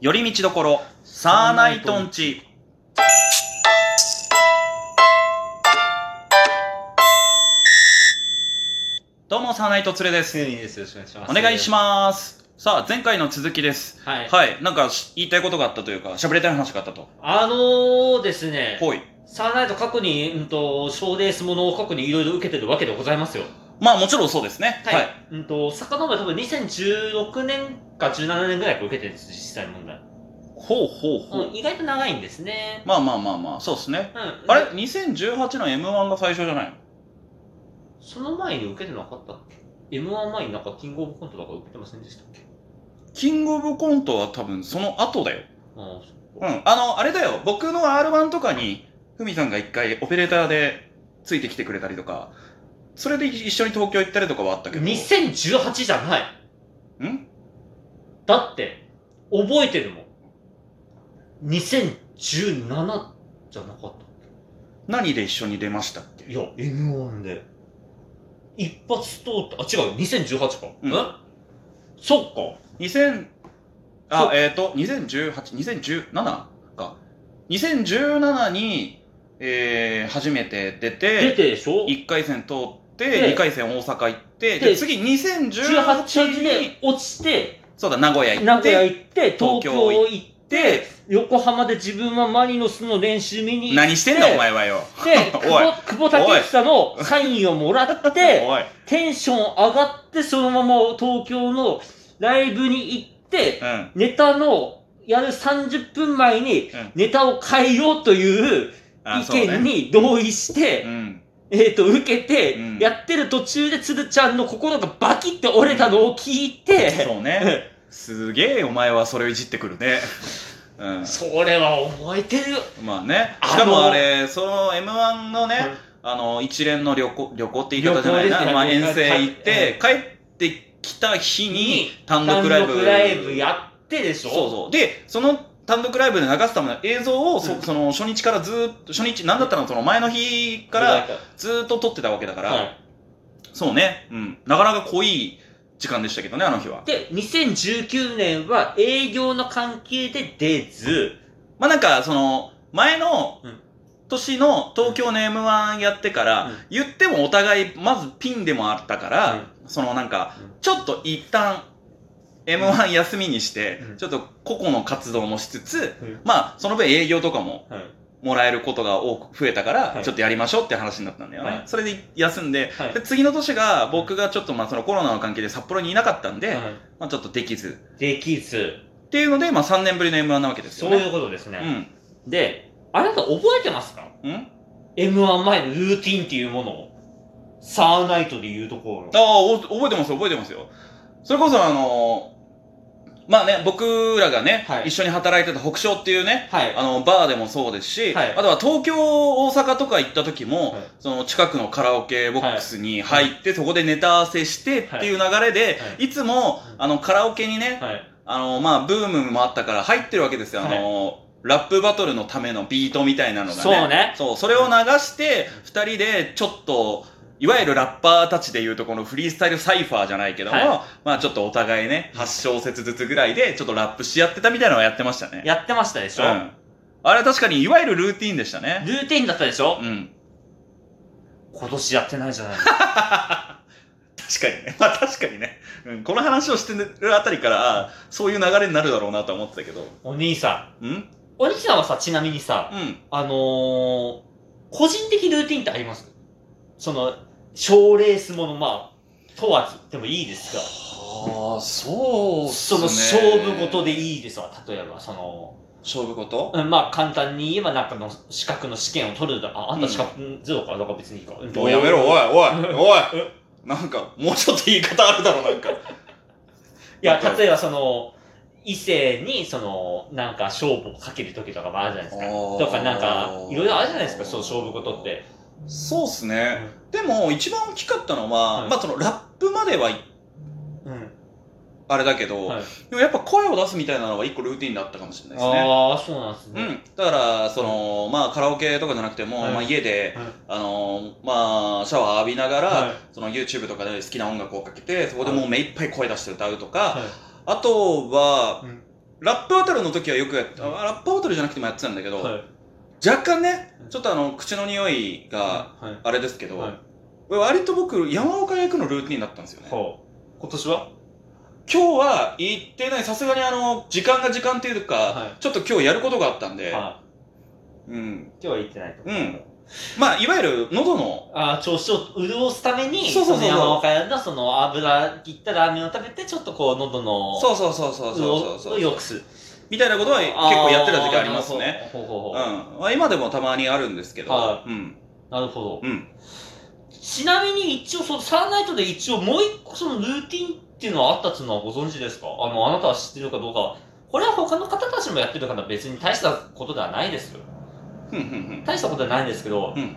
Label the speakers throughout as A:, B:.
A: 寄り道どころサーナイトンチどうもサーナイトつれです
B: 常にです。よろしくお願いします。
A: お願いし
B: ま
A: ますさあ前回の続きです
B: す。はい。
A: はいなんかし言いたいことがあったというか喋りたい話があったと
B: あのーですね、
A: ほい
B: サーナイト過去に、うんと、賞レースものを過去にいろいろ受けてるわけでございますよ。
A: まあもちろんそうですねはい、
B: うんと、遡る多分2016年か17年ぐらいから受けてるんです、実際の問題。
A: ほうほうほう、
B: うん、意外と長いんですね。
A: まあまあまあまあそうですね
B: うん。
A: あれ2018の m 1が最初じゃないの
B: その前に受けてなかったっけ ?M1 前になんかキングオブコントとか受けてませんでしたっけ
A: キングオブコントは多分その後だよ
B: あ
A: うん、あの、あれだよ、僕の R1 とかに、ふみさんが一回オペレーターでついてきてくれたりとか、それで一緒に東京行ったりとかはあった
B: あ
A: けど。
B: 2018じゃない。
A: ん
B: だって、覚えてるもん。2017じゃなかった。
A: 何で一緒に出ましたっけ
B: いや、M1 で。一発通った。あ、違う、2018か。
A: うん
B: えそっか。
A: ?2000、あ
B: そ、う
A: えっ、と、2018、2017か。2017に、えー、初めて出
B: 出
A: て、
B: てでしょ
A: 1回戦通っ
B: で
A: て、2回戦大阪行って、で、
B: で
A: 次
B: ?18
A: 2018に、
B: で落ちて、
A: そうだ、名古屋行
B: 名
A: っ
B: 古屋
A: て、
B: 行って、東
A: 東
B: 京
A: 京
B: 行って
A: で、
B: 横浜で自分はマリノスの練習見に行って、
A: 何してんだお前はよ。お
B: で、
A: い
B: 久保久保建英さんのサインをもらっ て、
A: おい。
B: テンション上がって、そのまま東京のライブに行って、
A: うん。
B: ネタのやる30分前に
A: うん
B: ネタを変えようという
A: あ
B: 意
A: そうね
B: 見に同意して、
A: うん。
B: えっ、と、受けて、
A: うん
B: やってる途中で鶴ちゃんの心がバキって折れたのを聞いて、
A: そうね。 すげえお前はそれをいじってくるね。う
B: それは覚えてる。
A: ん。まあね。
B: あの
A: しかもあれ、その M1 のね、あの、一連の旅行、旅行って言い方じゃない
B: 旅行です
A: な。
B: ね
A: まあ
B: 旅行
A: 遠征行って、帰ってきた日に単独ライブ。
B: 単独ライブやってでしょ
A: そうそう。で、その単独ライブで流すための映像を、そ
B: うん
A: その初日からずーっと、初日、なんだったのその前の日からずーっと撮ってたわけだから、
B: は。。
A: そうね。うん。なかなか濃い時間でしたけどね、あの日はい
B: で、2019年は営業の関係で出ず、
A: まあなんか、その、前の
B: うん
A: 年の東京の M1 やってから、
B: うん
A: 言ってもお互い、まずピンでもあったから、そのなんか
B: うん、
A: ちょっと一旦、M1 休みにして、
B: うん
A: ちょっと個々の活動もしつつ、
B: うん
A: まあ、その分営業とかも
B: はい
A: もらえることが多く増えたから、
B: はい
A: ちょっとやりましょうって話になったんだよね。
B: はい
A: それで休んで、
B: はい
A: で次の年が僕がちょっとまあそのコロナの関係で札幌にいなかったんで、
B: は
A: まあちょっとできず。
B: いできず、
A: っていうので、まあ3年ぶりの M1 なわけです
B: そ
A: よ
B: う
A: ね。
B: いうことですね。
A: う
B: で、あなた覚えてますか
A: ん。うん
B: ?M1 前のルーティンっていうものを。サーナイトで言うところ
A: ああ、お覚えてます、覚えてますよ。それこそ、あのーまあね、僕らがね、
B: はい
A: 一緒に働いてた北昇っていうね、
B: はい。
A: あの、バーでもそうですし、
B: はい
A: あとは東京、大阪とか行った時も、
B: はい
A: その近くのカラオケボックスに入って、そこでネタ合わせしてっていう流れで、
B: はい
A: い、つも、あの、カラオケにね、
B: はい。
A: あの、まあ、ブームもあったから入ってるわけですよ、あのーラップバトルのためのビートみたいなのがね。
B: そうね。
A: そう、それを流して、二人でちょっと、いわゆるラッパーたちでいうとこのフリースタイルサイファーじゃないけども、
B: は
A: まあちょっとお互いね、8小節ずつぐらいでちょっとラップし合ってたみたいなのをやってましたね。
B: やってましたでし
A: う
B: ょ、
A: ん。あれは確かにいわゆるルーティンでしたね。
B: ルーティンだったでしょ
A: うん。
B: 今年やってないじゃないですか。
A: 確かにね。 まあ確かにね。うん。この話をしてるあたりから、あそういう流れになるだろうなとは思ってたけど。
B: お兄さん。
A: うんうん。
B: お兄さんはさ、ちなみにさ、あのー、個人的ルーティンってありますその、賞レースもの、まあ、問わずでもいいですが、
A: ああ、そう
B: その勝負事でいいですわ、例えば、その、
A: 勝負事
B: うん、まあ簡単に言えばなんかの資格の試験を取るだああんた資格ゼロか、だから別にいいか。うん
A: おいやめろ、おい、おい、おい
B: え。
A: なんか、もうちょっと言い方あるだろ、 なんか。
B: いや、例えばその、異性にその、なんか勝負をかける時とかもあるじゃないですか。
A: おー
B: とかなんか、いろいろあるじゃないですか、その勝負事って。
A: そうっすね。でも、一番大きかったのは、
B: はい
A: まあ、その、ラップまではい、
B: うん。
A: あれだけど、
B: はい
A: でもやっぱ声を出すみたいなのは一個ルーティンだったかもしれないですね。
B: ああ、そうなんです
A: う
B: ね。
A: ん。だから、その、まあ、カラオケとかじゃなくても、
B: はい
A: まあ、家で、
B: はい
A: あの、まあ、シャワー浴びながら、
B: はい
A: その、YouTube とかで好きな音楽をかけて、そこでもう目いっぱい声出して歌うとか、
B: はい
A: あとは、
B: うん
A: ラップバトルの時はよくやった、あラップバトルじゃなくてもやってたんだけど、
B: はい。
A: 若干ね
B: うん
A: ちょっとあの口の匂いが
B: はい。
A: あれですけど、
B: はい
A: 割と僕山岡役のルーティンだったんですよね
B: はあ、今年は
A: 今日は行ってないさすがにあの時間が時間っていうか、
B: は
A: ちょっと今日やることがあったんで、
B: は
A: うん
B: い。今日は行ってないと。
A: うん。まあいわゆる喉の
B: ああ、調子を潤すために、
A: そうそうそうそう
B: の山岡屋のその油切ったラーメンを食べて、ちょっとこう、喉の、
A: そうそうそうそうそうそう
B: を良くする。
A: みたいなことは結構やってた時期ありますね
B: あー。ほうほう
A: うん
B: ほう。
A: まあ、今でもたまにあるんですけど、
B: は
A: うん
B: なるほど。
A: うん
B: ちなみに一応、そのサーナイトで一応もう一個そのルーティンっていうのはあったっていうのはご存知ですかあの、あなたは知ってるかどうかは。これは他の方たちもやってるから別に大したことではないですよ。
A: ふんふんふん
B: 大したことはないんですけど、
A: うん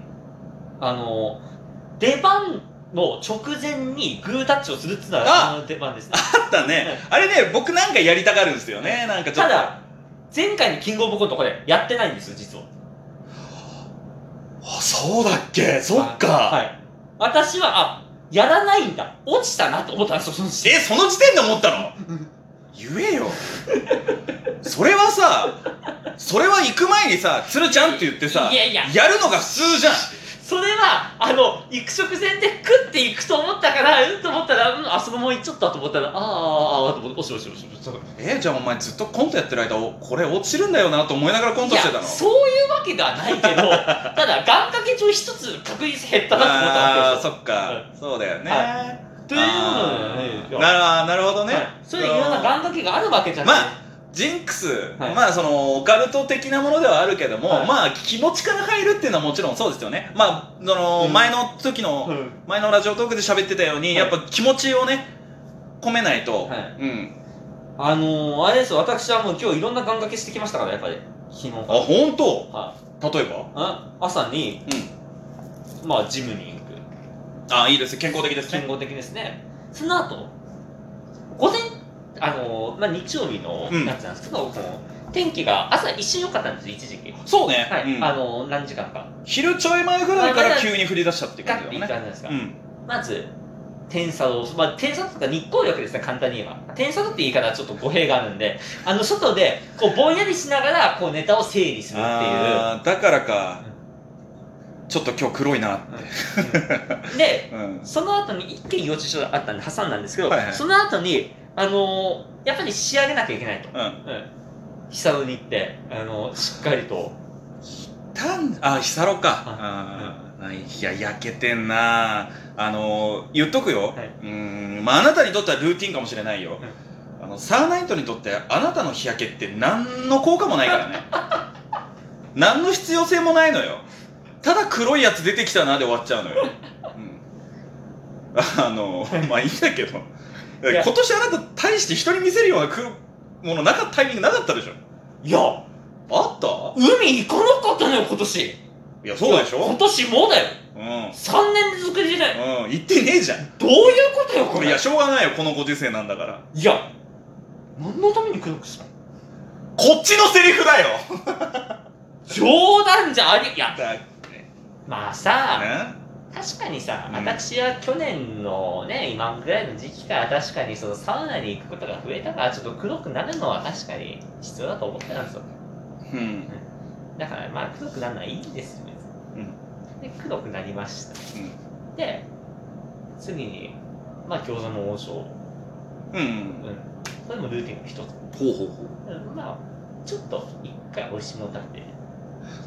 B: あの、出番の直前にグータッチをするっていうの
A: あ
B: はあの出 番ですね。
A: あったねあれね僕なんかやりたがるんですよねなんかちょったと
B: だ、前回のキングオブコントこれやってないんですよ、実は。
A: あそうだっけそっか、
B: はい。私は、あ、やらないんだ。落ちたなと思ったんですよ、その時点
A: えその時点で思ったの言 えよそれはさそれは行く前にさ「鶴ちゃん」って言ってさ
B: いやいや、
A: やるのが普通じゃん
B: それは、あの、行く直前で食っていくと思ったから、うんと思ったら、うん、あそこも行っちゃったと思ったら、あーあー、あーあー、と思って、おしおしおしおし。
A: えじゃあお前ずっとコントやってる間おこれ落ちるんだよなと思いながらコントしてた
B: い
A: の
B: やそういうわけではないけど、ただ、願掛け上一つ確率減ったなと思った
A: あ
B: わ
A: あ
B: けです
A: そ
B: よ。
A: っか、そうだよね、
B: はという
A: あ
B: こ
A: ー
B: とでね、
A: ななるほどね、
B: はいそういういろんな願掛けがあるわけじゃない。
A: まジンクス、
B: はい
A: まあそのオカルト的なものではあるけども、
B: はい
A: まあ気持ちから入るっていうのはもちろんそうですよねまあその、
B: うん
A: 前の時の、
B: うん
A: 前のラジオトークで喋ってたように、
B: い
A: やっぱ気持ちをね込めないと、
B: はい
A: うん
B: あのー、あれですよ、私はもう今日いろんな願掛けしてきましたから、やっぱり、昨日か
A: あ
B: ら。
A: 本当
B: は
A: 例えば
B: いあ朝に、まあ、ジムに行く。
A: あいいです健康的です
B: 健
A: ね
B: 康的ですね。その後、午前、あのー、まあ、日曜日の
A: うん
B: やつなんですけど、こう天気が朝一瞬良かったんですよ、一時期。
A: そうね、
B: はい、
A: うん
B: あのー、何時間か。
A: 昼ちょい前ぐらいか
B: まあま
A: ら
B: だ
A: 急に降り出したって
B: ガ
A: 感
B: ッ
A: じだ
B: てい
A: もんね
B: ったんじゃないですか。
A: うん
B: まず、点差を、まあ、点差とか日光力ですね、簡単に言えば。点差とって言い方はちょっと語弊があるんで、あの、外で、こう、ぼんやりしながら、こう、ネタを整理するっていう。
A: あーだからかちょっと今日黒いなって、
B: で、
A: うん、
B: その後に一件予知書があったんで挟んだんですけど、
A: はいはい
B: その後に、あのーやっぱり仕上げなきゃいけないと。
A: うん
B: うん。久野に行って、あのーしっかりと。
A: たんあヒサロか
B: はい
A: あーいや焼けてんなあのー言っとくよ、
B: はいう
A: ーんまああなたにとってはルーティンかもしれないよ、
B: はい
A: あのサーナイトにとってあなたの日焼けって何の効果もないからね 何の必要性もないのよただ黒いやつ出てきたなで終わっちゃうのよ、うん、あのまあいいんだけど
B: いや
A: 今年あなた大して人に見せるようなくものなかったタイミングなかったでしょ
B: いや、
A: あった
B: 海行かなかったのよ、今年。
A: いやそうでし
B: いや
A: ょ
B: 今年もだよ。
A: うん
B: 3年続けてない。
A: うん、言ってねえじゃん。
B: どういうことよ、
A: こ
B: こ
A: れ、い
B: れ。
A: や、しょうがないよ、このご時世なんだから。
B: いや、何のために苦読したの
A: こっちのセリフだよ
B: 冗談じゃあり、いや、
A: だね。
B: まあさ、
A: う
B: 確かにさ、
A: うん
B: 私は去年のね、今ぐらいの時期から確かにそのサウナに行くことが増えたから、ちょっと黒くなるのは確かに必要だと思ってたんですよ。
A: ん。
B: だからまあ黒くなるのはいいんですよ、別にで、黒くなりました。で、次に、まあ餃子の王将。
A: うん。うん。
B: うん。これもルーティンの一つ。
A: ほうほうほう。
B: うんまあ、ちょっと一回美味しいもの食べて。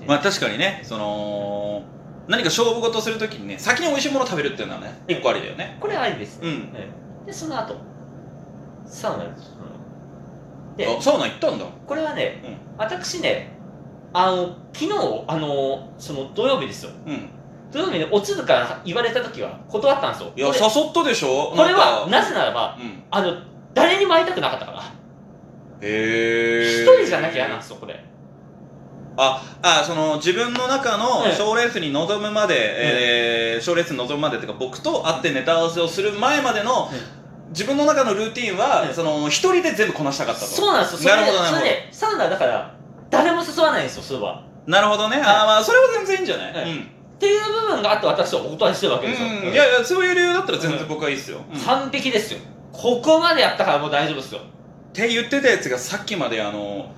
A: まあ、確かにね、その、何か勝負事するときにね、先に美味しいもの食べるっていうのはね、一個ありだよね。
B: これはありです。
A: うん。
B: で、その後、サウナに行くので
A: あ、、サウナ行ったんだ。
B: これはね、
A: うん
B: 私ね、あの、昨日、あの、その土曜日ですよ。
A: うん。
B: 土曜日ね、おつるから言われた時は断ったんですよ。
A: いや、
B: これ
A: 誘ったでしょ
B: これは、
A: なん
B: な
A: か
B: ぜならば、
A: うん。
B: あの、誰にも会いたくなかったから。
A: へー。
B: 一人じゃなきゃ嫌なんですよ、これ。
A: あ、あ、その、自分の中の
B: ええ
A: 賞レースに臨むまで、えー、賞レースに臨むまでっていうか、僕と会ってネタ合わせをする前までの
B: え、
A: 自分の中のルーティンは、
B: ええ
A: その、一人で全部こなしたかったと。
B: そうなんですよ。それ
A: なる
B: で、
A: ほどなる
B: そ
A: ほど
B: れで、サウナだから、誰も誘わないんですよ、それは。
A: なるほどね。あーまあ、それは全然いいんじゃない、
B: はい
A: うん
B: っていう部分があって私はお断りしてるわけですよ。
A: うん。いやいや、そういう理由だったら全然僕はいいっすよ。うん
B: 完璧ですよ。ここまでやったからもう大丈夫ですよ。
A: って言ってたやつがさっきまであの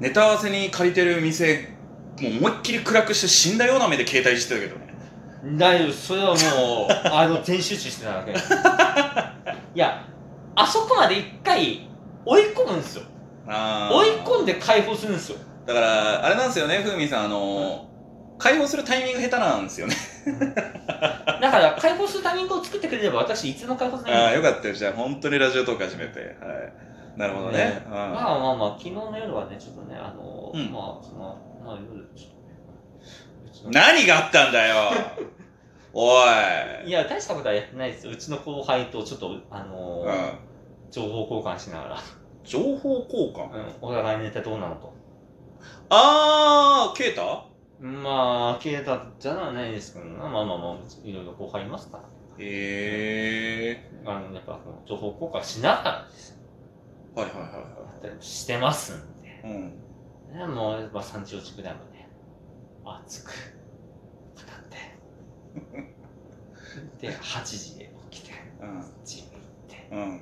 A: ネタ合わせに借りてる店もう思いっきり暗くして死んだような目で携帯してたけどね
B: 大丈夫それは もうあの全集中してないわけいやあそこまで一回追い込むんですよ
A: あー
B: 追い込んで解放するんですよ
A: だからあれなんですよねふうみんさんあの解放するタイミング下手なんですよね
B: だから解放するタイミングを作ってくれれば私いつでも解放する
A: ああよかったよじゃあ本当にラジオトーク始めてはいなるほどね
B: ね
A: うん
B: まあまあまあ、昨日の夜はね、ちょっとね、あの、
A: うん
B: まあ、その、まあ夜、ちょっとねうちの
A: 何があったんだ よおい
B: いや、大したことはやってないですよ。うちの後輩とちょっと、あの
A: う
B: ー
A: ん
B: 情報交換しなが
A: 情報交換
B: ら、うん、お互いのネタどうなのと。
A: ああケータ
B: まあ、消えたじゃないですけどな、まあまあまあ、うちいろいろ後輩いますか
A: へえ
B: ら、あの、やっぱその情報交換しながらです
A: ー、はいはいは
B: よしてますんで、
A: いはいうん
B: ね、もう、やっぱ3時4時くらいまで、熱く語 って、で、8時で起きて、
A: う
B: ジム行って
A: んうん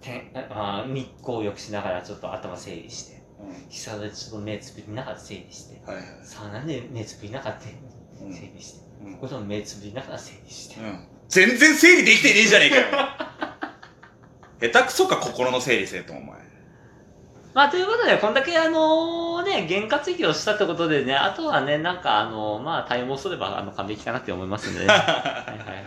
B: てあー日光を良くしながらちょっと頭整理して
A: うん
B: 久々にちょっと目つぶりながら整理して
A: はいはい
B: さあなんで目つぶりながら整
A: うん
B: 整理して
A: うん
B: これも目つぶりながら整理して、
A: うん全然整理できてねえじゃねえかよ 下手くそか心の整理せえとお前
B: まあということでこんだけあのね験担ぎをしたってことでねあとはねなんかあのまあ対応すればあの完璧かなって思います んでねはいはいはいはい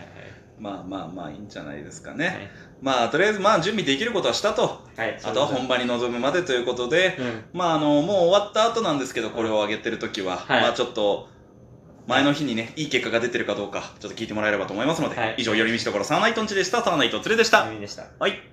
A: まあまあまあいいんじゃないですかね、
B: はい
A: まあとりあえずまあ準備できることはしたと
B: はい
A: あとは本番に臨むまでということで
B: うん
A: まああのもう終わった後なんですけどこれを上げてる時は、
B: はい
A: まあちょっと前の日にねいい結果が出てるかどうかちょっと聞いてもらえればと思いますので、
B: はい
A: 以上寄り道所サーナイトンチでしたサーナイトツレでした、
B: 意味でした
A: はい